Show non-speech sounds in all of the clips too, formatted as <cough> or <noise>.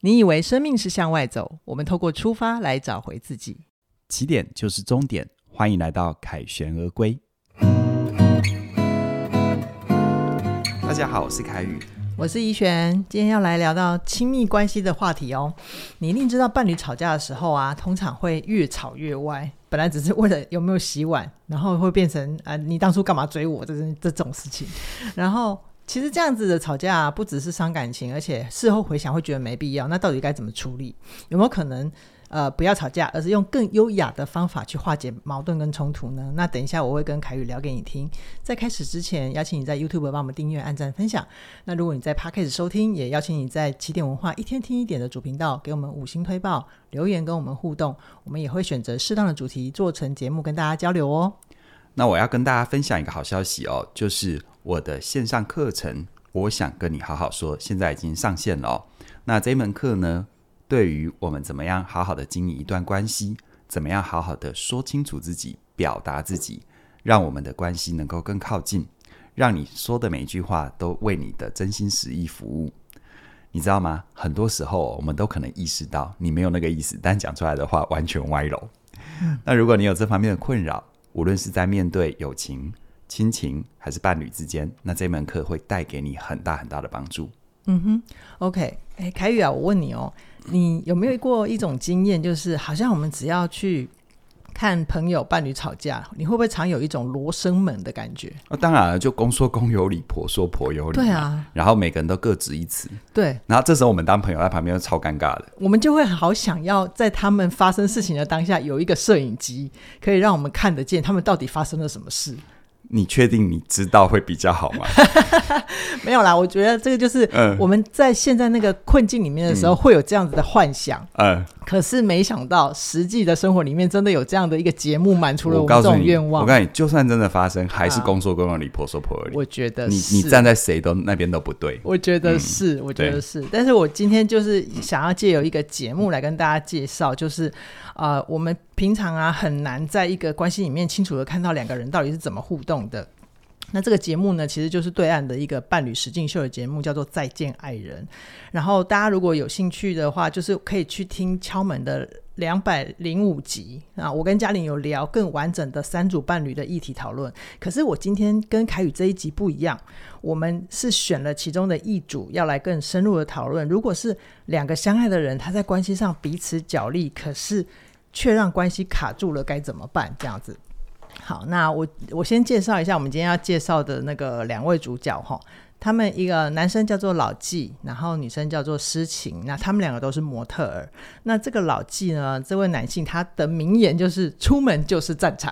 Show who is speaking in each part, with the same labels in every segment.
Speaker 1: 你以为生命是向外走，我们透过出发来找回自己。
Speaker 2: 起点就是终点，欢迎来到凯旋而归。大家好，我是凯宇。
Speaker 1: 我是怡璇，今天要来聊到亲密关系的话题哦。你一定知道，伴侣吵架的时候啊，通常会越吵越歪。本来只是为了有没有洗碗，然后会变成啊、你当初干嘛追我这这种事情。然后其实这样子的吵架、啊、不只是伤感情，而且事后回想会觉得没必要。那到底该怎么处理？有没有可能呃不要吵架，而是用更优雅的方法去化解矛盾跟冲突呢？那等一下我会跟凯宇聊给你听。在开始之前，邀请你在 YouTube 帮我们订阅、按赞、分享。那如果你在 Podcast 收听，也邀请你在起点文化一天听一点的主频道给我们五星推报、留言跟我们互动，我们也会选择适当的主题做成节目跟大家交流哦。
Speaker 2: 那我要跟大家分享一个好消息哦，就是我的线上课程《我想跟你好好说》现在已经上线了、哦。那这一门课呢，对于我们怎么样好好的经营一段关系，怎么样好好的说清楚自己、表达自己，让我们的关系能够更靠近，让你说的每一句话都为你的真心实意服务。你知道吗？很多时候哦我们都可能意识到你没有那个意思，但讲出来的话完全歪楼。那如果你有这方面的困扰，无论是在面对友情、亲情还是伴侣之间，那这门课会带给你很大很大的帮助。
Speaker 1: OK，哎，凯宇啊，我问你哦，你有没有过一种经验，就是好像我们只要去看朋友伴侣吵架，你会不会常有一种罗生门的感觉？
Speaker 2: 那、哦当然了，就公说公有理，婆说婆有理。
Speaker 1: 对，啊，
Speaker 2: 然后每个人都各执一词，
Speaker 1: 对，
Speaker 2: 然后这时候我们当朋友在旁边就超尴尬的。
Speaker 1: 我们就会好想要在他们发生事情的当下有一个摄影机，可以让我们看得见他们到底发生了什么事。
Speaker 2: 你确定你知道会比较好
Speaker 1: <laughs>
Speaker 2: 吗？
Speaker 1: 没有啦，我觉得这个就是
Speaker 2: 嗯
Speaker 1: 我们在现在那个困境里面的时候会有这样子的幻想，
Speaker 2: 嗯，
Speaker 1: 可是没想到实际的生活里面真的有这样的一个节目满足了
Speaker 2: 我
Speaker 1: 我们
Speaker 2: 告
Speaker 1: 这
Speaker 2: 诉
Speaker 1: 种
Speaker 2: 你，
Speaker 1: 愿望。
Speaker 2: 我告诉你，就算真的发生，还是
Speaker 1: 啊
Speaker 2: 公说公有理，婆说婆有理。
Speaker 1: 我觉得
Speaker 2: 你你
Speaker 1: 是
Speaker 2: 站在谁都那边都不对。嗯
Speaker 1: 我觉得是，我觉得
Speaker 2: 对
Speaker 1: 是。但是我今天就是想要借由一个节目来跟大家介绍，就是呃，我们平常啊很难在一个关系里面清楚的看到两个人到底是怎么互动的。那这个节目呢，其实就是对岸的一个伴侣实境秀的节目，叫做《再见爱人》。然后大家如果有兴趣的话，就是可以去听敲门的两百零五集啊。我跟嘉玲有聊更完整的三组伴侣的议题讨论。可是我今天跟凯宇这一集不一样，我们是选了其中的一组要来更深入的讨论。如果是两个相爱的人，他在关系上彼此角力，可是却让关系卡住了，该怎么办？这样子。好，那我我先介绍一下我们今天要介绍的那个两位主角哈，他们一个男生叫做老纪，然后女生叫做诗晴，那他们两个都是模特儿。那这个老纪呢，这位男性他的名言就是“出门就是战场”，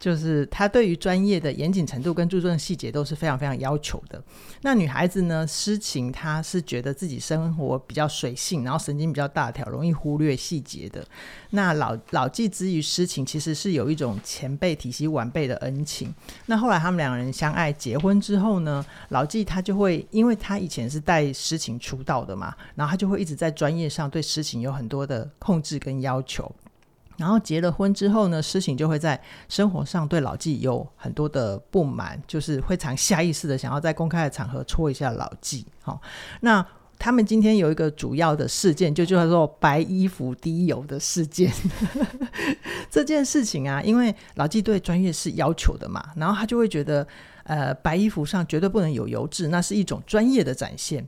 Speaker 1: 就是他对于专业的严谨程度跟注重细节都是非常非常要求的。那女孩子呢，诗晴她是觉得自己生活比较随性，然后神经比较大条，容易忽略细节的。那老老纪之于诗情，其实是有一种前辈提携晚辈的恩情。那后来他们两人相爱结婚之后呢，老纪他就会，因为他以前是带诗情出道的嘛，然后他就会一直在专业上对诗情有很多的控制跟要求。然后结了婚之后呢，诗情就会在生活上对老纪有很多的不满，就是会常下意识的想要在公开的场合戳一下老纪。好、那他们今天有一个主要的事件，就叫做白衣服滴油的事件。 <laughs> 这件事情啊，因为老纪对专业是要求的嘛，然后他就会觉得，呃，白衣服上绝对不能有油渍，那是一种专业的展现。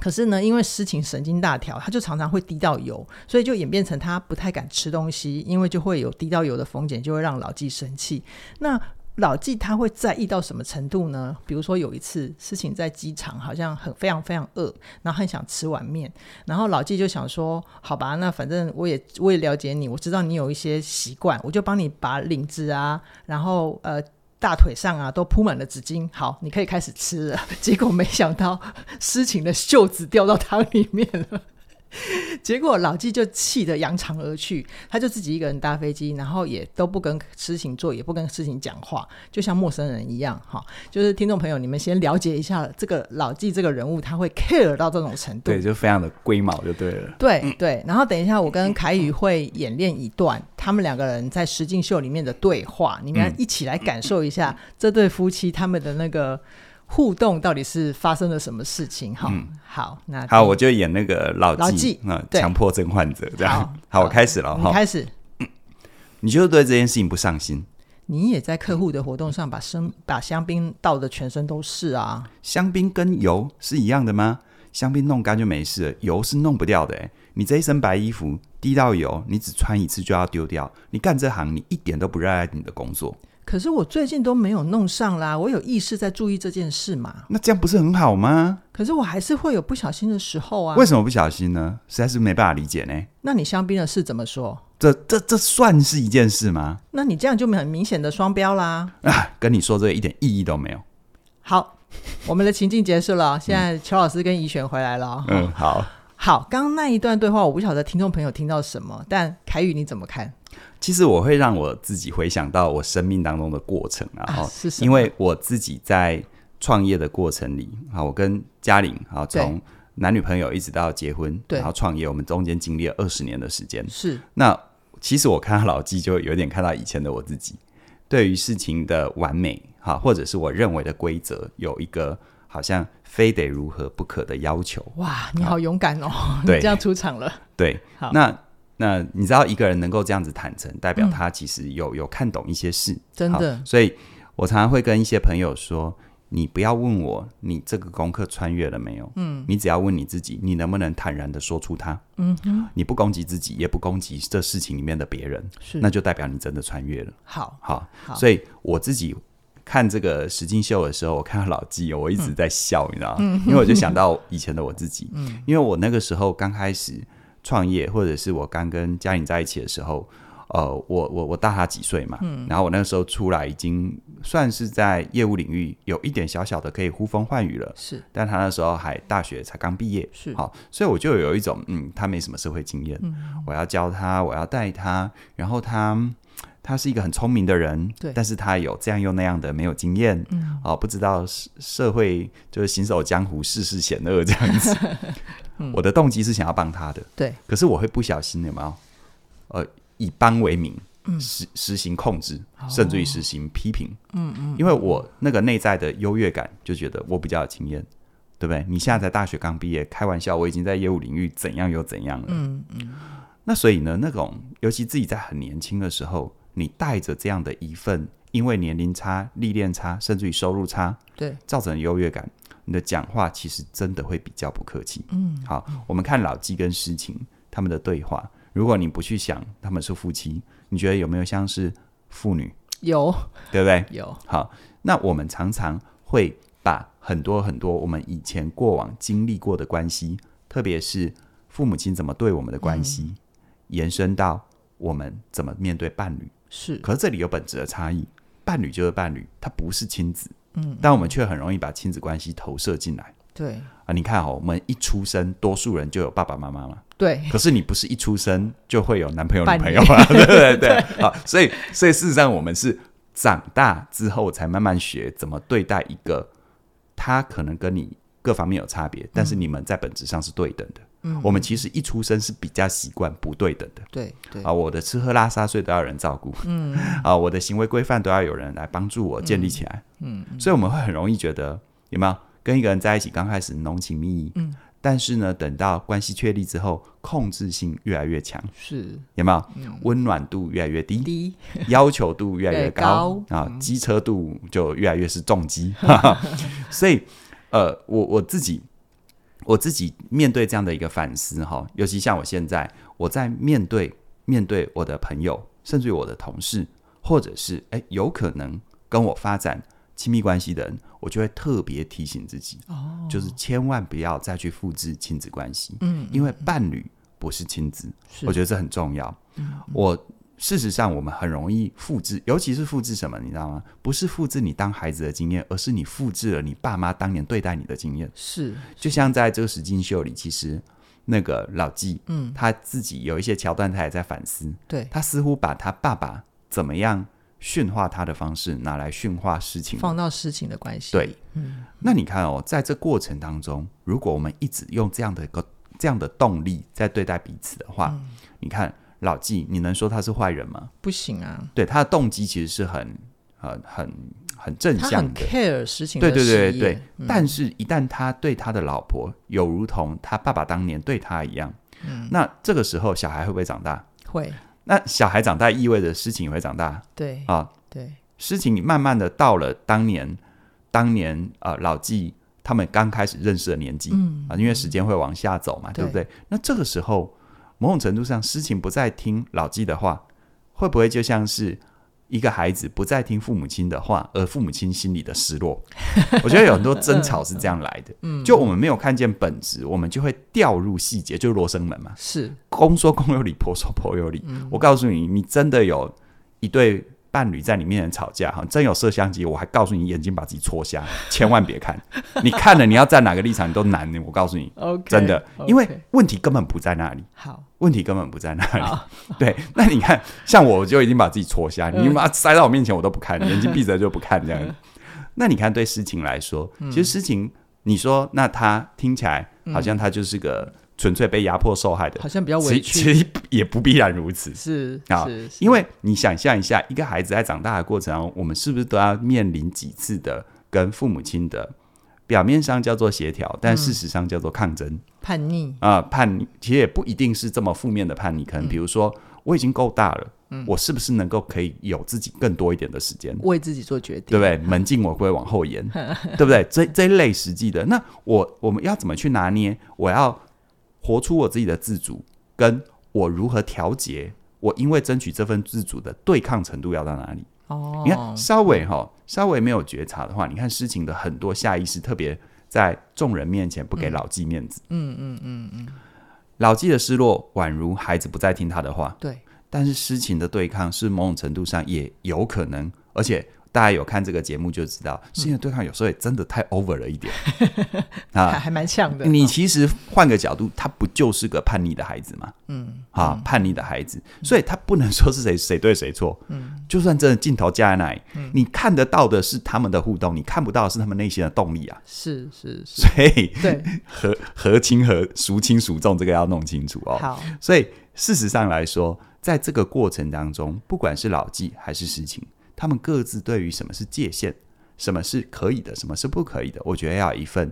Speaker 1: 可是呢，因为诗情神经大条，他就常常会滴到油，所以就演变成他不太敢吃东西，因为就会有滴到油的风险，就会让老纪生气。那老纪他会在意到什么程度呢？比如说有一次，诗情在机场好像很非常非常饿，然后很想吃碗面，然后老纪就想说，好吧，那反正我也我也了解你，我知道你有一些习惯，我就帮你把领子啊，然后呃大腿上啊都铺满了纸巾，好，你可以开始吃了。结果没想到诗情的袖子掉到汤里面了。结果老纪就气得扬长而去，他就自己一个人搭飞机，然后也都不跟诗情坐，也不跟诗情讲话，就像陌生人一样哈。就是听众朋友，你们先了解一下这个老纪这个人物，他会 care 到这种程度
Speaker 2: 对，。就非常的龟毛就对了。
Speaker 1: 对对，然后等一下，
Speaker 2: 嗯
Speaker 1: 我跟凯宇会演练一段他们两个人在实
Speaker 2: 嗯
Speaker 1: 境秀里面的对话，你们一起来感受一下这对夫妻他们的那个互动到底是发生了什么事情哈、
Speaker 2: 嗯
Speaker 1: 好，那
Speaker 2: 好，我就演那个老
Speaker 1: 啊老
Speaker 2: 纪
Speaker 1: 纪，
Speaker 2: 嗯，
Speaker 1: 对
Speaker 2: 强迫症患者这样。
Speaker 1: 好
Speaker 2: 好，我开始了
Speaker 1: 你
Speaker 2: 哈。
Speaker 1: 开始，
Speaker 2: 你就是对这件事情不上心，
Speaker 1: 你也在客户的活动上把生把香槟倒的全身都是啊，
Speaker 2: 香槟跟油是一样的吗？香槟弄干就没事了，油是弄不掉的、欸。你这一身白衣服滴到油，你只穿一次就要丢掉。你干这行，你一点都不热爱你的工作，
Speaker 1: 可是我最近都没有弄上啦，我有意识在注意这件事嘛，
Speaker 2: 那这样不是很好吗？
Speaker 1: 可是我还是会有不小心的时候啊
Speaker 2: 为。什么不小心呢？实在是没办法理解呢。
Speaker 1: 那你香槟的事怎么说？
Speaker 2: 这这这算是一件事吗？
Speaker 1: 那你这样就很明显的双标啦。
Speaker 2: 啊，跟你说这个一点意义都没有。
Speaker 1: 好，我们的情境结束了，现在邱老师跟怡璇回来了。啊
Speaker 2: 嗯，好。
Speaker 1: 好，刚刚那一段对话，我不晓得听众朋友听到什么，但凯宇你怎么看？
Speaker 2: 其实我会让我自己回想到我生命当中的过程啊，然
Speaker 1: 啊
Speaker 2: 后、
Speaker 1: 是什么
Speaker 2: 因为我自己在创业的过程里，啊，我跟嘉玲啊，
Speaker 1: 对
Speaker 2: 从男女朋友一直到结婚，
Speaker 1: 对
Speaker 2: 然后创业，我们中间经历了二十年的时间。
Speaker 1: 是
Speaker 2: 那其实我看到老纪，就有点看到以前的我自己，对于事情的完美，哈、或者是我认为的规则，有一个好像非得如何不可的要求。
Speaker 1: 哇，你好勇敢哦，你
Speaker 2: 对
Speaker 1: 这样出场了。
Speaker 2: 对
Speaker 1: 好，嗯
Speaker 2: 那那你知道一个人能够这样子坦诚，代表他其实有、有看懂一些事，
Speaker 1: 真的
Speaker 2: 好所以我常常会跟一些朋友说，你不要问我你这个功课穿越了没有，嗯，你只要问你自己，你能不能坦然的说出它，
Speaker 1: 嗯
Speaker 2: 哼，你不攻击自己，也不攻击这事情里面的别人，
Speaker 1: 是
Speaker 2: 那就代表你真的穿越了。
Speaker 1: 好，
Speaker 2: 好，
Speaker 1: 好
Speaker 2: 所以我自己看这个实境秀的时候，我看到老纪，我一直在笑，你知道吗？因为我就想到以前的我自己，因为我那个时候刚开始创业，或者是我刚跟嘉颖在一起的时候。呃，我我我大他几岁嘛，然后我那个时候出来已经算是在业务领域有一点小小的可以呼风唤雨了，
Speaker 1: 是
Speaker 2: 但他那时候还大学才刚毕业，
Speaker 1: 是
Speaker 2: 好，所以我就有一种嗯，他没什么社会经验，我要教他，我要带他，然后他嗯他是一个很聪明的人，
Speaker 1: 对
Speaker 2: 但是他有这样又那样的没有经验，嗯，哦，不知道社社会就是行走江湖，世事险恶这样 <laughs> 子。我的动机是想要帮他的，
Speaker 1: 对，
Speaker 2: 可是我会不小心有没有？呃，以帮为名，实实行控制，甚至于实行批评。哦嗯嗯，因为我那个内在的优越感，就觉得我比较有经验，对不对？你现在才大学刚毕业，开玩笑，我已经在业务领域怎样又怎样了。嗯嗯。那所以呢，那种尤其自己在很年轻的时候，你带着这样的一份，因为年龄差、历练差，甚至于收入差，
Speaker 1: 对，
Speaker 2: 造成的优越感，你的讲话其实真的会比较不客气。嗯，好，我们看老纪跟诗晴他们的对话，如果你不去想他们是夫妻，你觉得有没有像是父女，
Speaker 1: 有
Speaker 2: 对不对？
Speaker 1: 有，
Speaker 2: 好，那我们常常会把很多很多我们以前过往经历过的关系，特别是父母亲怎么对我们的关系，延伸到我们怎么面对伴侣。
Speaker 1: 是
Speaker 2: 可是这里有本质的差异，伴侣就是伴侣，它不是亲子。嗯，但我们却很容易把亲子关系投射进来
Speaker 1: 对
Speaker 2: 啊！你看哦，我们一出生，多数人就有爸爸妈妈嘛。
Speaker 1: 对
Speaker 2: 可是你不是一出生就会有男朋友
Speaker 1: 伴
Speaker 2: 女
Speaker 1: 侣
Speaker 2: 朋友嘛？ <laughs>
Speaker 1: <laughs>
Speaker 2: 对对对。好，所以所以事实上，我们是长大之后才慢慢学怎么对待一个他可能跟你各方面有差别，但是
Speaker 1: 嗯
Speaker 2: 你们在本质上是对等的。嗯，我们其实一出生是比较习惯不对等的。
Speaker 1: 对对
Speaker 2: 啊，我的吃喝拉撒睡都要有人照顾，嗯， <laughs> 啊，我的行为规范都要有人来帮助我建立起来，嗯，所以我们会很容易觉得有没有跟一个人在一起，刚开始浓情蜜意，嗯，但是呢，等到关系确立之后，控制性越来越强，
Speaker 1: 是
Speaker 2: 有没有？温暖度越来越低，
Speaker 1: 低
Speaker 2: 要求度越来越高
Speaker 1: 越嗯
Speaker 2: 啊，机车度就越来越是
Speaker 1: <laughs>
Speaker 2: 重机， <laughs> 哈哈所以呃，我我自己我自己面对这样的一个反思哈，尤其像我现在我在面对面对我的朋友，甚至于我的同事，或者是哎有可能跟我发展亲密关系的人，我就会特别提醒自己，
Speaker 1: 哦，
Speaker 2: 就是千万不要再去复制亲子关系，
Speaker 1: 嗯，
Speaker 2: 因为伴侣不是亲子，
Speaker 1: 是嗯
Speaker 2: 我觉得这很重要。我事实上我们很容易复制，尤其是复制什么，你知道吗？不是复制你当孩子的经验，而是你复制了你爸妈当年对待你的经验。
Speaker 1: 是
Speaker 2: 就像在这个实境秀里，其实那个老纪，
Speaker 1: 嗯
Speaker 2: 他自己有一些桥段，他也在反思，
Speaker 1: 对，
Speaker 2: 他似乎把他爸爸怎么样驯化他的方式拿来驯化事情。
Speaker 1: 放到事情的关系，
Speaker 2: 对，那你看哦，在这过程当中，如果我们一直用这样的一个这样的动力在对待彼此的话，
Speaker 1: 嗯
Speaker 2: 你看老纪，你能说他是坏人吗？
Speaker 1: 不行啊，
Speaker 2: 呃对，他的动机其实是很很很很正
Speaker 1: 他
Speaker 2: 向
Speaker 1: 很
Speaker 2: 的。
Speaker 1: care 事嗯情
Speaker 2: 对
Speaker 1: 的
Speaker 2: 对对
Speaker 1: 实
Speaker 2: 对
Speaker 1: 验，，
Speaker 2: 但是，一旦他对他的老婆有如同他爸爸当年对他一样，
Speaker 1: 嗯
Speaker 2: 那这个时候小孩会不会长大？
Speaker 1: 会
Speaker 2: 那小孩长大意味着事情也会长大
Speaker 1: 对
Speaker 2: 啊，
Speaker 1: 对
Speaker 2: 事情慢慢的到了当年，当年呃老纪他们刚开始认识的年纪，
Speaker 1: 嗯
Speaker 2: 啊，因为时间会往下走嘛，对不对？那这个时候，某种程度上，诗情不再听老纪的话，会不会就像是一个孩子不再听父母亲的话，而父母亲心里的失 <laughs> 落？我觉得有很多争吵是这样来的。嗯，就我们没有看见本质，我们就会掉入细节，就是罗生门嘛，
Speaker 1: 是
Speaker 2: 公说公有理，婆说婆有理。
Speaker 1: 嗯
Speaker 2: 我告诉你，你真的有一对。伴侣在你面前吵架，哈，真有摄像机，我还告诉你，眼睛把自己戳瞎，千万别看。你看了，你要站哪个立场，你都难。我告诉你，
Speaker 1: OK，
Speaker 2: 真的，
Speaker 1: OK
Speaker 2: 因为问题根本不在那里，
Speaker 1: 好
Speaker 2: 问题根本不在那里。
Speaker 1: 好
Speaker 2: <laughs> 对，那你看，像我就已经把自己戳瞎，
Speaker 1: 嗯
Speaker 2: 你妈塞到我面前我都不
Speaker 1: <laughs>
Speaker 2: 看，眼睛闭着就不看这样子。那你看，对事情来说，
Speaker 1: 嗯
Speaker 2: 其实事情，你说那他听起来好像他就是个纯粹被压迫受害的，
Speaker 1: 好像比较委
Speaker 2: 其
Speaker 1: 屈
Speaker 2: 其实也不必然如此。
Speaker 1: 是
Speaker 2: 啊
Speaker 1: 是是
Speaker 2: 因为你想象一下，一个孩子在长大的过程中，我们是不是都要面临几次的跟父母亲的表面上叫做协调，
Speaker 1: 嗯
Speaker 2: 但事实上叫做抗争？
Speaker 1: 叛逆
Speaker 2: 啊、叛逆其实也不一定是这么负面的叛逆，可能比如说、我已经够大了，我是不是能够可以有自己更多一点的时间，
Speaker 1: 为自己做决定
Speaker 2: 对不对？门禁我会往后延，对不对？这这一类实际的，那我我们要怎么去拿捏？我要活出我自己的自主，跟我如何调节我因为争取这份自主的对抗程度要到哪里？
Speaker 1: 哦，
Speaker 2: 你看，稍微哈，稍微没有觉察的话，你看事情的很多下意识，特别在众人面前不给老纪面子。嗯嗯嗯嗯。老纪的失落宛如孩子不再听他的话，
Speaker 1: 对
Speaker 2: 但是诗情的对抗是某种程度上也有可能，而且大家有看这个节目就知道，诗情的对抗有时候也真的太 over 了一点
Speaker 1: 还
Speaker 2: 啊。
Speaker 1: 还蛮像的
Speaker 2: 你
Speaker 1: 哦
Speaker 2: 其实换个角度，他不就是个叛逆的孩子吗？
Speaker 1: 嗯
Speaker 2: 啊，叛逆的孩子，所以他不能说是谁谁对谁错。
Speaker 1: 嗯
Speaker 2: 就算真的镜头架在那里，你看得到的是他们的互动，你看不到的是他们内心的动力啊。
Speaker 1: 是是是
Speaker 2: 所以
Speaker 1: 对
Speaker 2: 和和亲和孰轻孰重，这个要弄清楚哦。
Speaker 1: 好
Speaker 2: 所以事实上来说，在这个过程当中，不管是老纪还是事情，他们各自对于什么是界限，什么是可以的，什么是不可以的，我觉得要有一份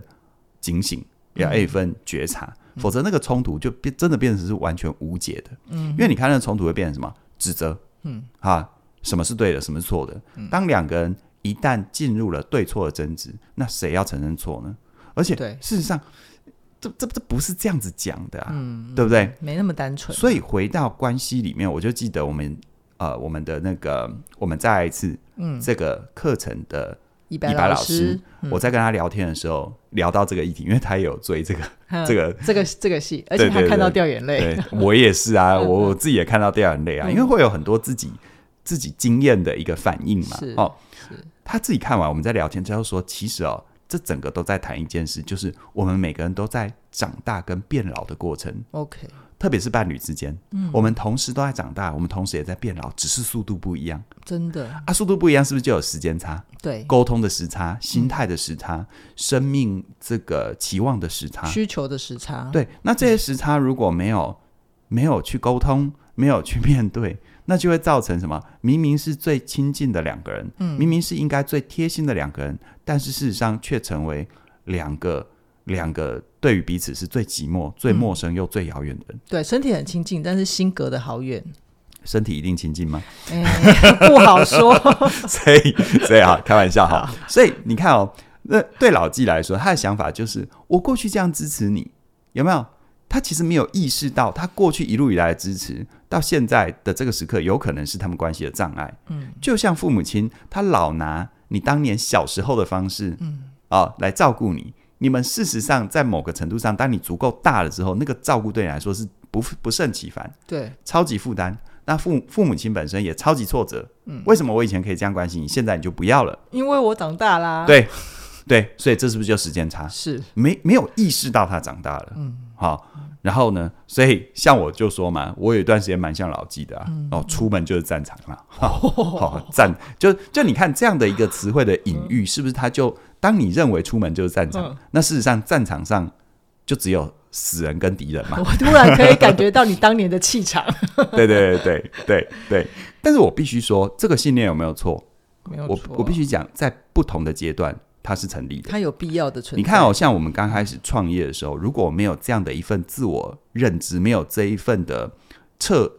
Speaker 2: 警醒，要有一份觉察，否则那个冲突就变真的变成是完全无解的。嗯，因为你看那个冲突会变成什么？指责，嗯，啊，什么是对的，什么是错的？当两个人一旦进入了对错的争执，那谁要承认错呢？而且
Speaker 1: 对，
Speaker 2: 事实上，这这这不是这样子讲的啊，对不对？
Speaker 1: 没那么单纯
Speaker 2: 所以回到关系里面，我就记得我们呃我们的那个我们再一次
Speaker 1: 嗯
Speaker 2: 这个课程的，
Speaker 1: 一白
Speaker 2: 一白老
Speaker 1: 师
Speaker 2: 师我在跟他聊天的时候聊到这个议题，因为他也有追这个
Speaker 1: 嗯
Speaker 2: 这个。
Speaker 1: 这个这个戏，而且
Speaker 2: 对
Speaker 1: 他
Speaker 2: 对
Speaker 1: 看到
Speaker 2: 对
Speaker 1: 掉眼泪
Speaker 2: 对，我也是
Speaker 1: <laughs>
Speaker 2: 啊，我我自己也看到掉眼泪啊，
Speaker 1: 嗯
Speaker 2: 因为会有很多自己自己经验的一个反应嘛
Speaker 1: 是。
Speaker 2: 哦
Speaker 1: 是，
Speaker 2: 他自己看完我们在聊天，他就说，其实哦，这整个都在谈一件事，就是我们每个人都在长大跟变老的过程。
Speaker 1: OK
Speaker 2: 特别是伴侣之间，我们同时都在长大，我们同时也在变老，只是速度不一样
Speaker 1: 真的
Speaker 2: 啊。速度不一样，是不是就有时间差、
Speaker 1: 对
Speaker 2: 沟通的时差、心态的时差、生命这个期望的时差？
Speaker 1: 需求的时差
Speaker 2: 对，那这些时差如果没有没有去沟通，没有去面对，那就会造成什么？明明是最亲近的两个人，明明是应该最贴心的两个人，但是事实上却成为两个两个对于彼此是最寂寞、最陌生又最遥远的人。
Speaker 1: 对身体很亲近，但是心隔得好远，
Speaker 2: 身体一定亲近吗？
Speaker 1: 哎 <laughs> 不好
Speaker 2: <laughs>
Speaker 1: 说。
Speaker 2: 所以，所以啊，开玩笑哈。所以你看哦，那对老纪来说，他的想法就是，我过去这样支持你，有没有？他其实没有意识到，他过去一路以来的支持，到现在的这个时刻，有可能是他们关系的障碍。
Speaker 1: 嗯，
Speaker 2: 就像父母亲，他老拿你当年小时候的方式，嗯，啊、来照顾你。你们事实上在某个程度上，当你足够大了之后，那个照顾对你来说是不不胜其烦。
Speaker 1: 对，
Speaker 2: 超级负担。那父父母亲本身也超级挫折。嗯，为什么我以前可以这样关心你，现在你就不要了？
Speaker 1: 因为我长大啦。，
Speaker 2: 对， <laughs> 对，所以这是不是就时间差？
Speaker 1: 是
Speaker 2: 没没有意识到他长大了。嗯，好，然后呢？所以像我就说嘛，我有一段时间蛮像老纪的啊，哦，出门就是战场嘛，哦，战就就你看这样的一个词汇的隐喻，是不是它就当你认为出门就是战场，
Speaker 1: 嗯
Speaker 2: 那事实上战场上就只有死人跟敌人嘛
Speaker 1: 我。突然可以感觉到你当年的
Speaker 2: <laughs>
Speaker 1: 气场。 <laughs>
Speaker 2: 对对对对对对。但是我必须说，这个信念有没有错？
Speaker 1: 没有
Speaker 2: 我
Speaker 1: 错
Speaker 2: 我必须讲，在不同的阶段，它是
Speaker 1: <laughs>
Speaker 2: 成立的。
Speaker 1: 它有必要的存在。
Speaker 2: 你看哦，像我们刚开始创业的时候，如果没有这样的一份自我认知，没有这一份的彻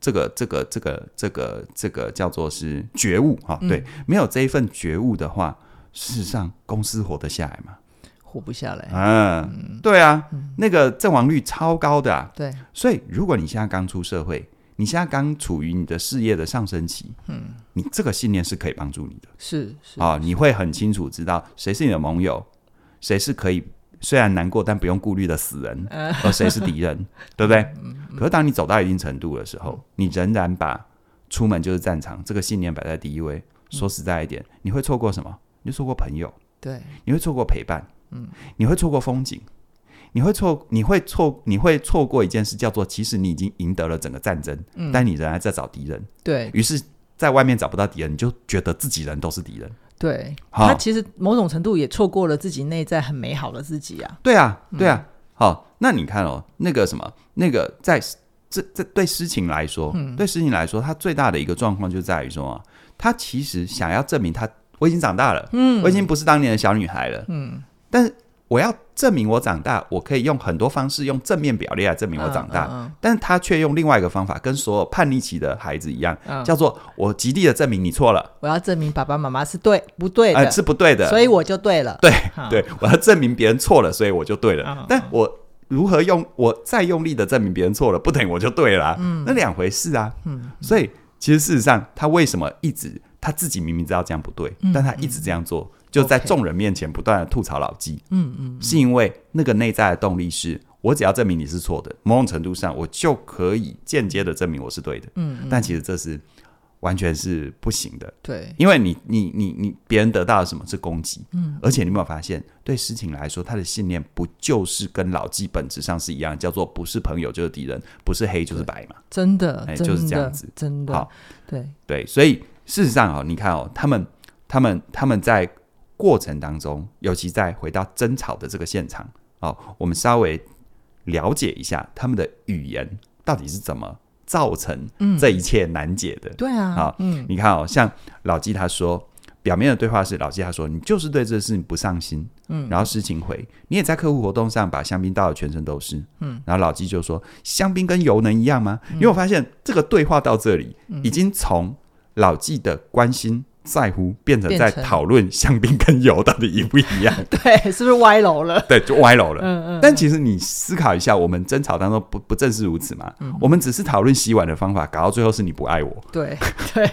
Speaker 2: 这个这个这个这个这个叫做是觉悟哈、
Speaker 1: 嗯
Speaker 2: 对，没有这一份觉悟的话，事实上公司活得下来吗？
Speaker 1: 活不下来，
Speaker 2: 嗯，对啊，那个阵亡率超高的、啊，
Speaker 1: 对，
Speaker 2: 所以如果你现在刚出社会，你现在刚处于你的事业的上升期，嗯，你这个信念是可以帮助你的。
Speaker 1: 是 <laughs> 是
Speaker 2: 啊、你会很清楚知道谁是你的盟友，谁是可以虽然难过但不用顾虑的死
Speaker 1: <laughs>
Speaker 2: 人，
Speaker 1: 呃
Speaker 2: 而谁是敌人，对不对？
Speaker 1: 嗯
Speaker 2: 可是当你走到一定程度的时候，你仍然把出门就是战场这个信念摆在第一位。说实在一点，你会错过什么？你会错过朋友，
Speaker 1: 对，
Speaker 2: 你会错过陪伴，嗯，你会错过风景，你会错，你会错，你会错过一件事，叫做其实你已经赢得了整个战争，
Speaker 1: 嗯
Speaker 2: 但你仍然在找敌人，
Speaker 1: 对
Speaker 2: 于是在外面找不到敌人，你就觉得自己人都是敌人。
Speaker 1: 对，
Speaker 2: 好
Speaker 1: 他其实某种程度也错过了自己内在很美好的自己啊。
Speaker 2: 对啊，对啊。好，那你看哦，那个什么，那个在这这对诗情来说，
Speaker 1: 嗯
Speaker 2: 对诗情来说，他最大的一个状况就在于说啊，他其实想要证明他我已经长大了，嗯，我已经不是当年的小女孩了，嗯，但是我要证明我长大，我可以用很多方式用正面表列来证明我长大，
Speaker 1: 嗯
Speaker 2: 但是他却用另外一个方法，跟所有叛逆期的孩子一样，
Speaker 1: 嗯
Speaker 2: 叫做我极力的证明你错了，
Speaker 1: 我要证明爸爸妈妈是对不对的，
Speaker 2: 呃，是不对的，
Speaker 1: 所以我就对了。
Speaker 2: 对
Speaker 1: 好
Speaker 2: 对，我要证明别人错了，所以我就对了。
Speaker 1: 嗯
Speaker 2: 但我如何用我再用力的证明别人错了，不等于我就对了啊、
Speaker 1: 嗯
Speaker 2: 那两回事啊。所以其实事实上，他为什么一直他自己明明知道这样不对，
Speaker 1: 嗯
Speaker 2: 但他一直这样做，就在
Speaker 1: OK
Speaker 2: 众人面前不断的吐槽老纪，
Speaker 1: 嗯嗯，
Speaker 2: 是因为那个内在的动力是。我只要证明你是错的，某种程度上我就可以间接的证明我是对的。
Speaker 1: 嗯，
Speaker 2: 但其实这是完全是不行的。
Speaker 1: 对，
Speaker 2: 因为你你你你别人得到的什么是攻击，嗯，而且你有没有发现，对事情来说，他的信念不就是跟老纪本质上是一样，叫做不是朋友就是敌人，不是黑就是白嘛？
Speaker 1: 真的，
Speaker 2: 哎
Speaker 1: 真的，
Speaker 2: 就是这样子
Speaker 1: 真的
Speaker 2: 好，，
Speaker 1: 对，
Speaker 2: 对，所以事实上哦，你看哦，他们他们他们在过程当中，尤其在回到争吵的这个现场，哦，我们稍微了解一下他们的语言到底是怎么造成这一切难解的。
Speaker 1: 对啊，
Speaker 2: 好
Speaker 1: 嗯，
Speaker 2: 你看哦，像老纪他说，表面的对话是老纪他说你就是对这事情不上心，嗯，然后诗情回你也在客户活动上把香槟倒的全身都是，嗯，然后老纪就说香槟跟油能一样吗？
Speaker 1: 嗯
Speaker 2: 因为我发现这个对话到这里、已经从老纪的关心。在乎变成
Speaker 1: 变
Speaker 2: 在
Speaker 1: 成
Speaker 2: 讨论香槟跟油到底一不一样，
Speaker 1: <laughs> 对，是不是歪楼了？
Speaker 2: 对，就歪楼了。
Speaker 1: 嗯嗯，
Speaker 2: 但其实你思考一下，我们争吵当中不不正是如此嘛？
Speaker 1: 嗯
Speaker 2: 我们只是讨论洗碗的方法，搞到最后是你不爱我，
Speaker 1: 对对，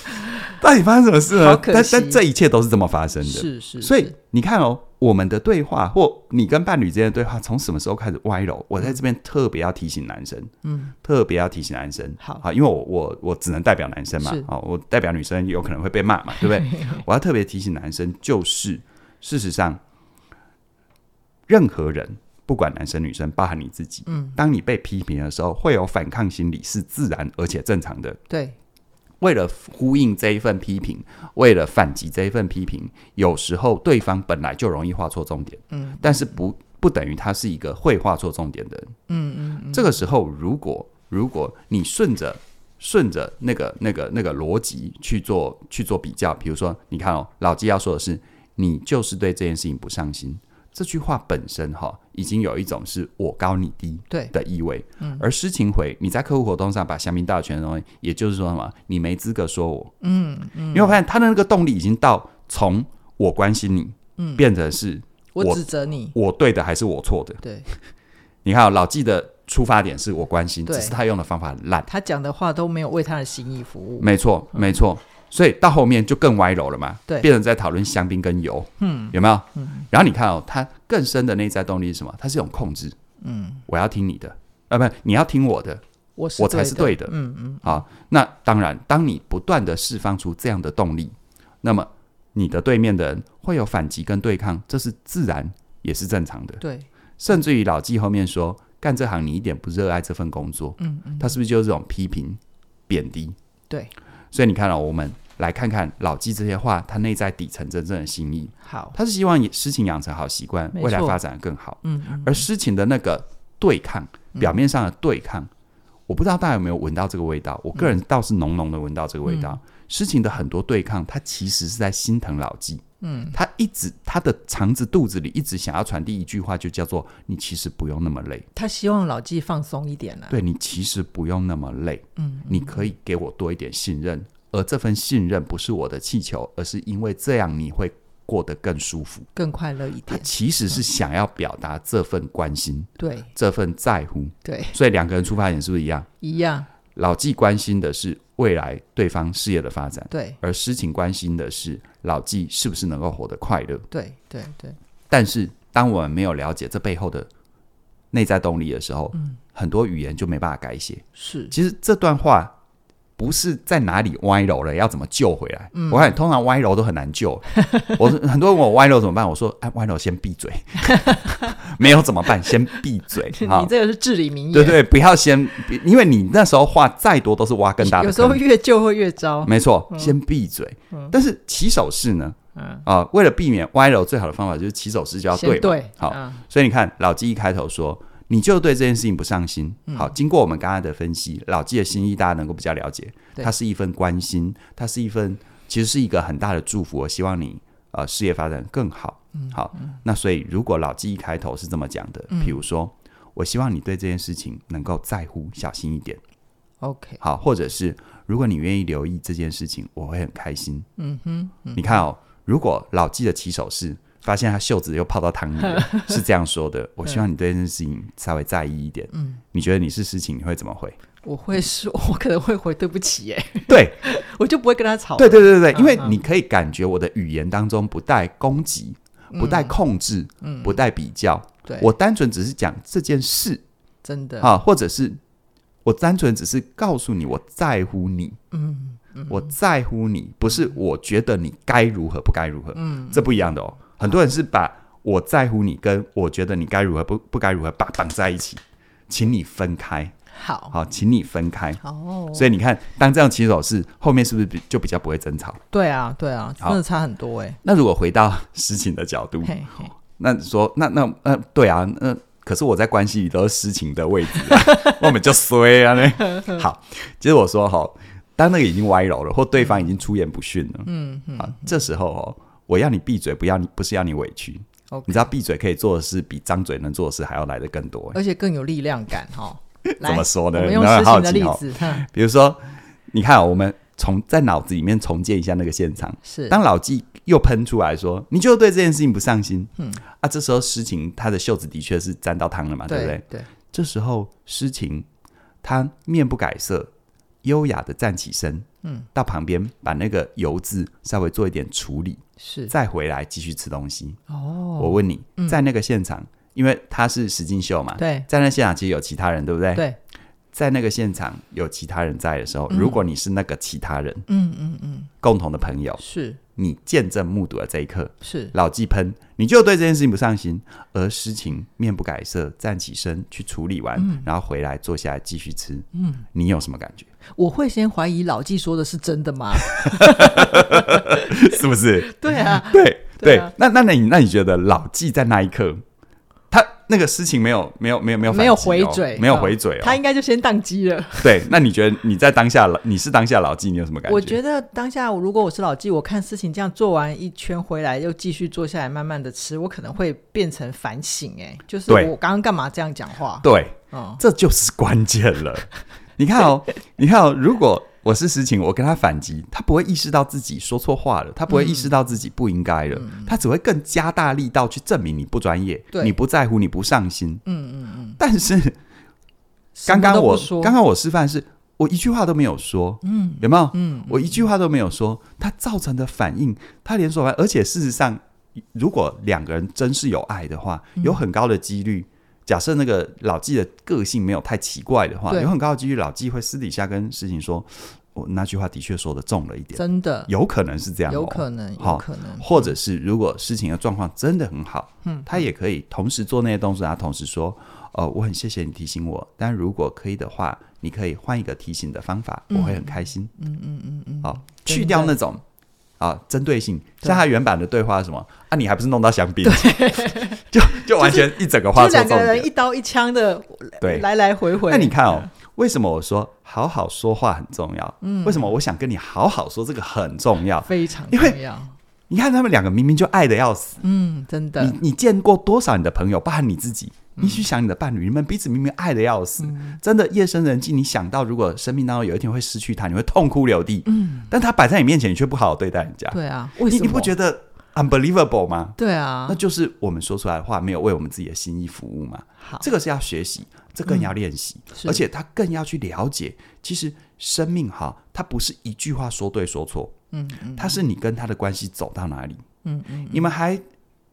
Speaker 2: <laughs> 到底发生什么事
Speaker 1: 好
Speaker 2: 呢？
Speaker 1: 可
Speaker 2: 但
Speaker 1: 惜
Speaker 2: 但这一切都是这么发生的。
Speaker 1: 是是，
Speaker 2: 所以
Speaker 1: 是
Speaker 2: 你看哦，我们的对话或你跟伴侣之间的对话，从什么时候开始歪楼？我在这边特别要提醒男生，
Speaker 1: 嗯，
Speaker 2: 特别要提醒男生。啊
Speaker 1: 好
Speaker 2: 因为我我我只能代表男生嘛
Speaker 1: 是，
Speaker 2: 好、我代表女生有可能会被
Speaker 1: <laughs>
Speaker 2: 骂嘛，对不对？我要特别提醒男生，就是事实上，任何人。不管男生女生，包含你自己，嗯，当你被批评的时候，会有反抗心理是自然而且正常的。
Speaker 1: 对，
Speaker 2: 为了呼应这一份批评，为了反击这一份批评，有时候对方本来就容易画错重点，嗯，但是不不等于他是一个会画错重点的人，嗯嗯这个时候，如果如果你顺着顺着那个那个那个逻辑去做去做比较，比如说，你看哦，老纪要说的是，你就是对这件事情不上心。这句话本身哈、已经有一种是我高你低，
Speaker 1: 对
Speaker 2: 的意味。而诗情回，你在客户活动上把香槟倒的全身都是，也就是说什么，你没资格说我。嗯嗯，因为我发现他的那个动力已经到从我关心你，嗯，变成是
Speaker 1: 我
Speaker 2: 我
Speaker 1: 指责你，
Speaker 2: 我对的还是我错的。
Speaker 1: 对
Speaker 2: 你看哦、老纪的出发点是我关心，
Speaker 1: 对
Speaker 2: 只是他用的方法很烂。
Speaker 1: 他讲的话都没有为他的心意服务，
Speaker 2: 没错，没错。所以到后面就更歪楼了嘛，
Speaker 1: 对
Speaker 2: 变成在讨论香槟跟油，嗯，有没有？然后你看哦，它更深的内在动力是什么？它是一种控制，嗯，我要听你的，啊，不，你要听我的，
Speaker 1: 我是
Speaker 2: 我才是对
Speaker 1: 的，
Speaker 2: 的。
Speaker 1: 嗯嗯，
Speaker 2: 啊，那当然，当你不断的释放出这样的动力，那么你的对面的人会有反击跟对抗，这是自然也是正常的。
Speaker 1: 对，
Speaker 2: 甚至于老纪后面说，干这行你一点不热爱这份工作，
Speaker 1: 嗯嗯，
Speaker 2: 他是不是就是这种批评、贬低？
Speaker 1: 对，
Speaker 2: 所以你看到、我们来看看老纪这些话，他内在底层真正的心意，
Speaker 1: 好，
Speaker 2: 他是希望诗情养成好习惯，
Speaker 1: 没错
Speaker 2: 未来发展得更好。
Speaker 1: 嗯嗯，
Speaker 2: 而诗情的那个对抗，表面上的对抗，我不知道大家有没有闻到这个味道，我个人倒是浓浓的闻到这个味道。诗情的很多对抗，它其实是在心疼老纪。嗯，他一直他的肠子肚子里一直想要传递一句话，就叫做“你其实不用那么累，
Speaker 1: 他希望老纪放松一点啦、
Speaker 2: 对你其实不用那么累，
Speaker 1: 嗯，
Speaker 2: 你可以给我多一点信任，而这份信任不是我的气球，而是因为这样你会过得更舒服。”
Speaker 1: 更快乐一
Speaker 2: 他
Speaker 1: 点。
Speaker 2: 其实是想要表达这份关心，
Speaker 1: 对
Speaker 2: 这份在乎，
Speaker 1: 对，
Speaker 2: 所以两个人出发点是不是一样？
Speaker 1: 一样。
Speaker 2: 老纪关心的是未来对方事业的发展，
Speaker 1: 对
Speaker 2: 而诗情关心的是老纪是不是能够活得快乐。
Speaker 1: 对对对，
Speaker 2: 但是，当我们没有了解这背后的内在动力的时候，很多语言就没办法改写。
Speaker 1: 是 <laughs>
Speaker 2: 其实这段话不是在哪里歪楼了，要怎么救回来？我看通常歪楼都很难救。我很多人问我歪楼怎么办，我说：哎，歪楼先闭嘴， <laughs> 没有怎么办？先闭
Speaker 1: <laughs>
Speaker 2: 嘴啊
Speaker 1: 你！这个是至理名言。
Speaker 2: 对对，不要先，因为你那时候话再多都是挖更大的
Speaker 1: 有
Speaker 2: 坑。
Speaker 1: 时候越救会越糟。
Speaker 2: 没错，先闭嘴。但是起手式呢？
Speaker 1: 嗯，
Speaker 2: 啊、为了避免歪楼，最好的方法就是起手式就要对嘛。
Speaker 1: 先对，
Speaker 2: 好，
Speaker 1: 嗯
Speaker 2: 所以你看，老纪一开头说，你就对这件事情不上心。好，经过我们刚刚的分析，老纪的心意大家能够比较了解，
Speaker 1: 对
Speaker 2: 它是一份关心，它是一份其实是一个很大的祝福。我希望你呃事业发展更好。好，那所以如果老纪一开头是这么讲的，比如说，我希望你对这件事情能够在乎、小心一点。
Speaker 1: OK，
Speaker 2: 好，或者是如果你愿意留意这件事情，我会很开心。
Speaker 1: 嗯哼，
Speaker 2: 你看哦，如果老纪的起手是发现他袖子又泡到汤里
Speaker 1: <laughs>
Speaker 2: 了，是这样说的：
Speaker 1: 嗯
Speaker 2: 我希望你对这件事情稍微在意一点。嗯，你觉得你是事情，你会怎
Speaker 1: <laughs>
Speaker 2: 么回？
Speaker 1: 我会说，我可能会回对不起耶，
Speaker 2: 对，
Speaker 1: 我就不会跟他吵。
Speaker 2: 对，对对对，
Speaker 1: 嗯
Speaker 2: 因为
Speaker 1: 嗯
Speaker 2: 你可以感觉我的语言当中不带攻击，不带控制，不带比较，
Speaker 1: 嗯对
Speaker 2: 我单纯只是讲这件事
Speaker 1: 真的，
Speaker 2: 啊，或者是我单纯只是告诉你我在乎你。
Speaker 1: 嗯，
Speaker 2: 我在乎你，不是我觉得你该如何不该如何，
Speaker 1: 嗯，
Speaker 2: 这不一样的哦。很多人是把我在乎你跟我觉得你该如何不不该如何把绑在一起，请你分开，
Speaker 1: 好，
Speaker 2: 好，请你分开。
Speaker 1: 哦，
Speaker 2: 所以你看，当这样起手式，后面是不是比就比较不会争吵？
Speaker 1: 对啊，对啊，真
Speaker 2: 好嗯
Speaker 1: 的差很多哎。
Speaker 2: 那如果回到 <laughs> 实情的角度，
Speaker 1: 嘿嘿，
Speaker 2: 那说那那呃，对啊，那可是我在关系里都是实情的位置、啊， <laughs> 我们就衰
Speaker 1: <laughs>
Speaker 2: 啊呢。好，其实我说哈，当那个已经歪楼了，或对方已经出言不逊了，
Speaker 1: 嗯嗯
Speaker 2: 啊，这时候哦，我要你闭嘴，不要你不是要你委屈。你
Speaker 1: ，OK，
Speaker 2: 知道闭嘴可以做的事比张嘴能做的事还要来得更多。
Speaker 1: 而且更有力量感哈。
Speaker 2: <laughs> 怎么
Speaker 1: 呃来
Speaker 2: 说呢？
Speaker 1: 我们
Speaker 2: 你
Speaker 1: 用
Speaker 2: 们很
Speaker 1: 实
Speaker 2: 好
Speaker 1: 情的
Speaker 2: 奇
Speaker 1: 例
Speaker 2: 哦。
Speaker 1: 子，哼
Speaker 2: 比如说，你看、哦、我们重在脑子里面重建一下那个现场。
Speaker 1: 是
Speaker 2: 当老纪又喷出来说，你就对这件事情不上心，嗯啊，这时候诗情他的袖子的确是沾到汤了嘛，对不对？
Speaker 1: 对，
Speaker 2: 这时候诗情他面不改色，优雅的站起身，嗯，到旁边把那个油渍稍微做一点处理，
Speaker 1: 是
Speaker 2: 再回来继续吃东西。
Speaker 1: 哦，
Speaker 2: 我问你，在那个现场，因为他是实境秀嘛，
Speaker 1: 对
Speaker 2: 在那现场其实有其他人，对不对？
Speaker 1: 对，
Speaker 2: 在那个现场有其他人在的时候，如果你是那个其他人
Speaker 1: 嗯嗯嗯，
Speaker 2: 共同的朋友，
Speaker 1: 是
Speaker 2: 你见证目睹了这一刻，
Speaker 1: 是，
Speaker 2: 老纪喷，你就对这件事情不上心，而诗情面不改色，站起身去处理完，
Speaker 1: 嗯
Speaker 2: 然后回来坐下来继续吃，嗯，你有什么感觉？ <laughs>
Speaker 1: 我会先怀疑老纪说的是真的吗？
Speaker 2: 是不是？
Speaker 1: <laughs> 对 <laughs> 啊，
Speaker 2: 对
Speaker 1: 对啊
Speaker 2: 那那那你那你觉得老纪在那一刻，他那个诗情没有没有没有没有
Speaker 1: 没有
Speaker 2: 反击哦
Speaker 1: 回嘴
Speaker 2: 没有
Speaker 1: 嗯
Speaker 2: 回嘴哦，
Speaker 1: 他应该就先宕机了。
Speaker 2: 对，那你觉得你在当下老你是当下老纪，你有什么感觉？
Speaker 1: 我觉得当下我如果我是老纪，我看事情这样做完一圈回来，又继续坐下来慢慢的吃，我可能会变成反省、哎，就是
Speaker 2: 对
Speaker 1: 我刚刚干嘛这样讲话？
Speaker 2: 对，
Speaker 1: 嗯，
Speaker 2: 这就是关键了。 <laughs> 你看哦，你看哦，如果我是实情，我跟他反击，他不会意识到自己说错话了，他不会意识到自己不应该了，他只会更加大力道去证明你不专业，
Speaker 1: 对
Speaker 2: 你不在乎，你不上心。嗯嗯嗯。但是
Speaker 1: 什
Speaker 2: 刚
Speaker 1: 么
Speaker 2: 刚
Speaker 1: 都不
Speaker 2: 我
Speaker 1: 说，
Speaker 2: 刚刚我示范是。我一句话都没有说，嗯，有没有？嗯，我一句话都没有
Speaker 1: 嗯
Speaker 2: 说，他造成的反应，他连锁完，而且事实上，如果两个人真是有爱的话，
Speaker 1: 嗯
Speaker 2: 有很高的几率，假设那个老纪的个性没有太奇怪的话，
Speaker 1: 对
Speaker 2: 有很高的几率老纪会私底下跟事情说，我那句话的确说的重了一点，
Speaker 1: 真的
Speaker 2: 有可能是这样、哦，
Speaker 1: 有可能，
Speaker 2: 好
Speaker 1: 有可能，
Speaker 2: 或者是如果事情的状况真的很好，嗯，他也可以同时做那些动作，然后同时说，呃，我很谢谢你提醒我，但如果可以的话，你可以换一个提醒的方法，我会很开心。嗯嗯嗯嗯，好、去掉那种啊针对性，
Speaker 1: 对
Speaker 2: 像他原版的对话是什么啊，你还不是弄到香槟， <laughs> 就就完全一整个话
Speaker 1: 就
Speaker 2: 说
Speaker 1: 两
Speaker 2: 重
Speaker 1: 个人
Speaker 2: 点
Speaker 1: 一。刀一枪的
Speaker 2: 对
Speaker 1: 来来回回。
Speaker 2: 那你看哦，为什么我说好好说话很重要？嗯，为什么我想跟你好好说这个很重要？
Speaker 1: 非常
Speaker 2: 因为
Speaker 1: 重要。
Speaker 2: 你看他们两个明明就爱的要死，
Speaker 1: 嗯，真的嗯
Speaker 2: 你，你见过多少你的朋友，包含你自己？你去想你的伴侣，你们彼此明明爱的要死，真的夜深人静，你想到如果生命当中有一天会失去他，你会痛哭流涕。嗯，但他摆在你面前，你却不好好对待人家，
Speaker 1: 对啊，为
Speaker 2: 你
Speaker 1: 什么
Speaker 2: 你不觉得 unbelievable 吗？
Speaker 1: 对啊
Speaker 2: 那，就是我们说出来的话没有为我们自己的心意服务嘛。
Speaker 1: 好，嗯
Speaker 2: 这个是要学习，这更要练习，
Speaker 1: 是
Speaker 2: 而且他更要去了解，其实生命哈，它不是一句话说对说错，
Speaker 1: 嗯嗯
Speaker 2: 它是你跟他的关系走到哪里。
Speaker 1: 嗯嗯，
Speaker 2: 你们还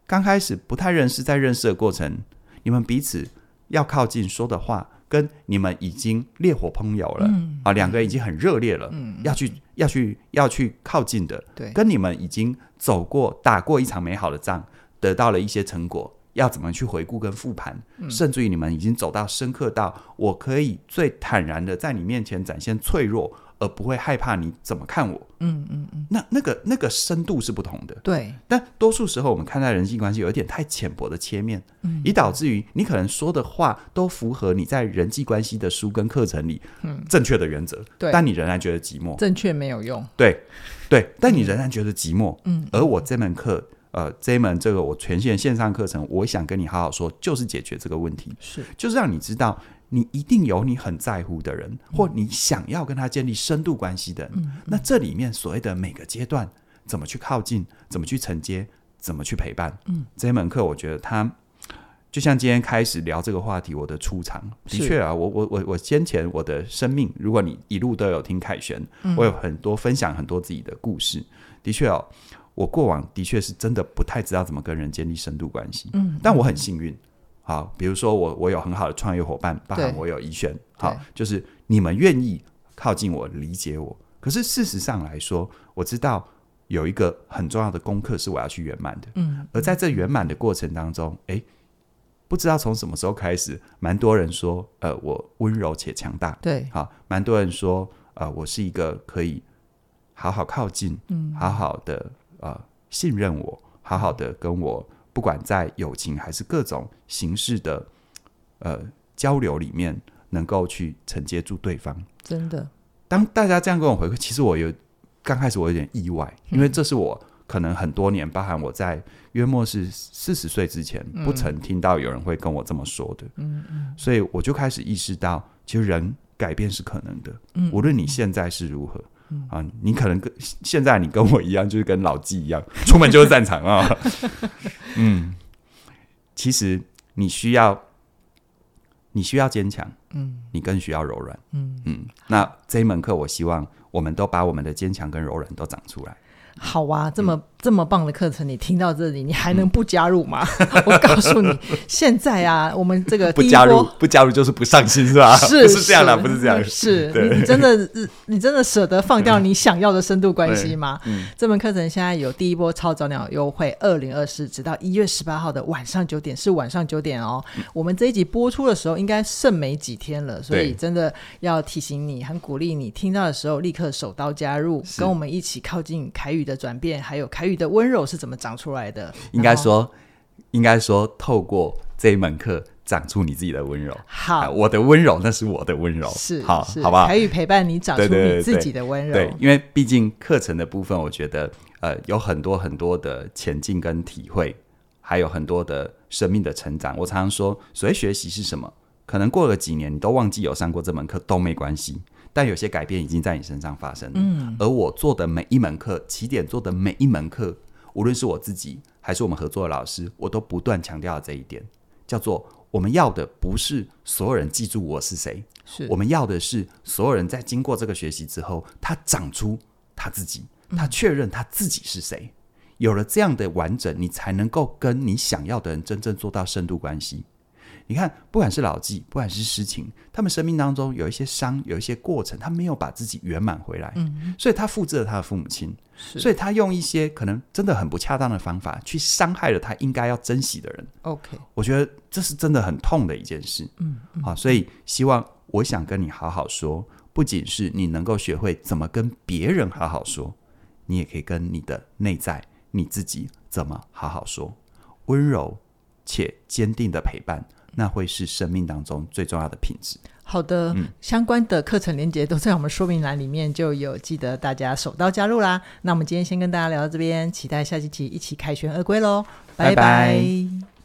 Speaker 2: 刚开始不太认识，在认识的过程，你们彼此要靠近说的话，跟你们已经烈火烹油了、
Speaker 1: 嗯
Speaker 2: 啊，两个人已经很热烈了，要去要去要去靠近的，
Speaker 1: 对，
Speaker 2: 跟你们已经走过、打过一场美好的仗，得到了一些成果，要怎么去回顾跟复盘，
Speaker 1: 嗯
Speaker 2: 甚至于你们已经走到深刻到我可以最坦然的在你面前展现脆弱，而不会害怕你怎么看我。
Speaker 1: 嗯嗯嗯，
Speaker 2: 那那个那个深度是不同的。
Speaker 1: 对，
Speaker 2: 但多数时候，我们看待人际关系有一点太浅薄的切面，
Speaker 1: 嗯
Speaker 2: 以导致于你可能说的话都符合你在人际关系的书跟课程里正确的原则，
Speaker 1: 嗯对
Speaker 2: 但你仍然觉得寂寞。
Speaker 1: 正确没有用，
Speaker 2: 对，对，但你仍然觉得寂寞。
Speaker 1: 嗯，
Speaker 2: 而我这门课，呃，这一门这个我全线线上课程，我想跟你好好说，就是解决这个问题，
Speaker 1: 是
Speaker 2: 就是让你知道，你一定有你很在乎的人，或你想要跟他建立深度关系的人。那这里面所谓的每个阶段，怎么去靠近，怎么去承接，怎么去陪伴，嗯，这一门课我觉得它。就像今天开始聊这个话题，我的出场的
Speaker 1: 是
Speaker 2: 确啊，我我我我先前我的生命，如果你一路都有听凯旋，我有很多分享很多自己的故事，的确哦，我过往的确是真的不太知道怎么跟人建立深度关系，嗯，但我很幸运，好，比如说我我有很好的创业伙伴，包含
Speaker 1: 对
Speaker 2: 我有怡轩，好
Speaker 1: 对，
Speaker 2: 就是你们愿意靠近我，理解我，可是事实上来说，我知道有一个很重要的功课是我要去圆满的，
Speaker 1: 嗯，
Speaker 2: 而在这圆满的过程当中，诶，不知道从什么时候开始，蛮多人说，呃，我温柔且强大，
Speaker 1: 对，
Speaker 2: 好，蛮多人说，呃，我是一个可以好好靠近，嗯，好好的呃信任我，好好的跟我，不管在友情还是各种形式的呃交流里面，能够去承接住对方。
Speaker 1: 真的，
Speaker 2: 当大家这样跟我回馈，其实我有刚开始我有点意外，因为这是我可能很多年，包含我在约莫是四十岁之前，不曾听到有人会跟我这么说的。嗯嗯，所以我就开始意识到，其实人改变是可能的。嗯，无论你现在是如何。啊，你可能跟现在你跟我一样，就是跟老纪一样， <laughs> 出门就是战场啊。 <laughs> 嗯，其实你需要，你需要坚强，
Speaker 1: 嗯
Speaker 2: 你更需要柔软。
Speaker 1: 嗯，
Speaker 2: 嗯，那这一门课，我希望我们都把我们的坚强跟柔软都长出来。
Speaker 1: 好
Speaker 2: 嗯
Speaker 1: 啊，这么、这么棒的课程，你听到这里，你还能不加入吗？ <laughs> 我告诉你，现在啊，我们这个
Speaker 2: <laughs> 不
Speaker 1: 第一
Speaker 2: 加入
Speaker 1: 波，
Speaker 2: 不加入就是不上心是吧？ <laughs>
Speaker 1: 是
Speaker 2: 不是这样啦，不是这样。
Speaker 1: 是
Speaker 2: 对嗯
Speaker 1: 你你真的你真的舍得放掉你想要的深度关系吗？
Speaker 2: 对嗯
Speaker 1: 这门课程现在有第一波超早鸟优惠，二零二四直到一月十八号的晚上九点，是晚上九点哦。
Speaker 2: 嗯
Speaker 1: 我们这一集播出的时候，应该剩没几天了，所以
Speaker 2: 对
Speaker 1: 真的要提醒你，很鼓励你听到的时候立刻手刀加入，
Speaker 2: 是
Speaker 1: 跟我们一起靠近凯宇的转变，还有凯宇的温柔是怎么长出来的。
Speaker 2: 应该
Speaker 1: 然后
Speaker 2: 说，应该说，透过这一门课，长出你自己的温柔。啊
Speaker 1: 好。
Speaker 2: 我的温柔，那是我的温柔。
Speaker 1: 是
Speaker 2: 好，
Speaker 1: 是
Speaker 2: 好不好
Speaker 1: 凯？宇陪伴你长出
Speaker 2: 对对
Speaker 1: 你
Speaker 2: 对
Speaker 1: 自
Speaker 2: 对
Speaker 1: 己的温柔。
Speaker 2: 对，因为毕竟课程的部分，我觉得呃有很多很多的前进跟体会，还有很多的生命的成长。我常常说，所谓学习是什么？可能过了几年，你都忘记有上过这门课都没关系，但有些改变已经在你身上发生了。嗯，而我做的每一门课，起点做的每一门课，无论是我自己还是我们合作的老师，我都不断强调了这一点，叫做我们要的不是所有人记住我是谁，
Speaker 1: 是
Speaker 2: 我们要的是所有人在经过这个学习之后，他长出他自己，
Speaker 1: 嗯
Speaker 2: 他确认他自己是谁。有了这样的完整，你才能够跟你想要的人真正做到深度关系。你看，不管是老纪，不管是诗情，他们生命当中有一些伤，有一些过程，他没有把自己圆满回来，嗯、所以他复制了他的父母亲，
Speaker 1: 是
Speaker 2: 所以他用一些可能真的很不恰当的方法去伤害了他应该要珍惜的人。
Speaker 1: OK，
Speaker 2: 我觉得这是真的很痛的一件事。嗯，好、所以希望我想跟你好好说，不仅是你能够学会怎么跟别人好好说，你也可以跟你的内在你自己怎么好好说，温柔且坚定的陪伴，那会是生命当中最重要的品质。
Speaker 1: 好的，
Speaker 2: 嗯
Speaker 1: 相关的课程连接都在我们说明栏里面就有，记得大家手到加入啦。那我们今天先跟大家聊到这边，期待下星期一起凯旋而归喽，
Speaker 2: 拜拜
Speaker 1: 拜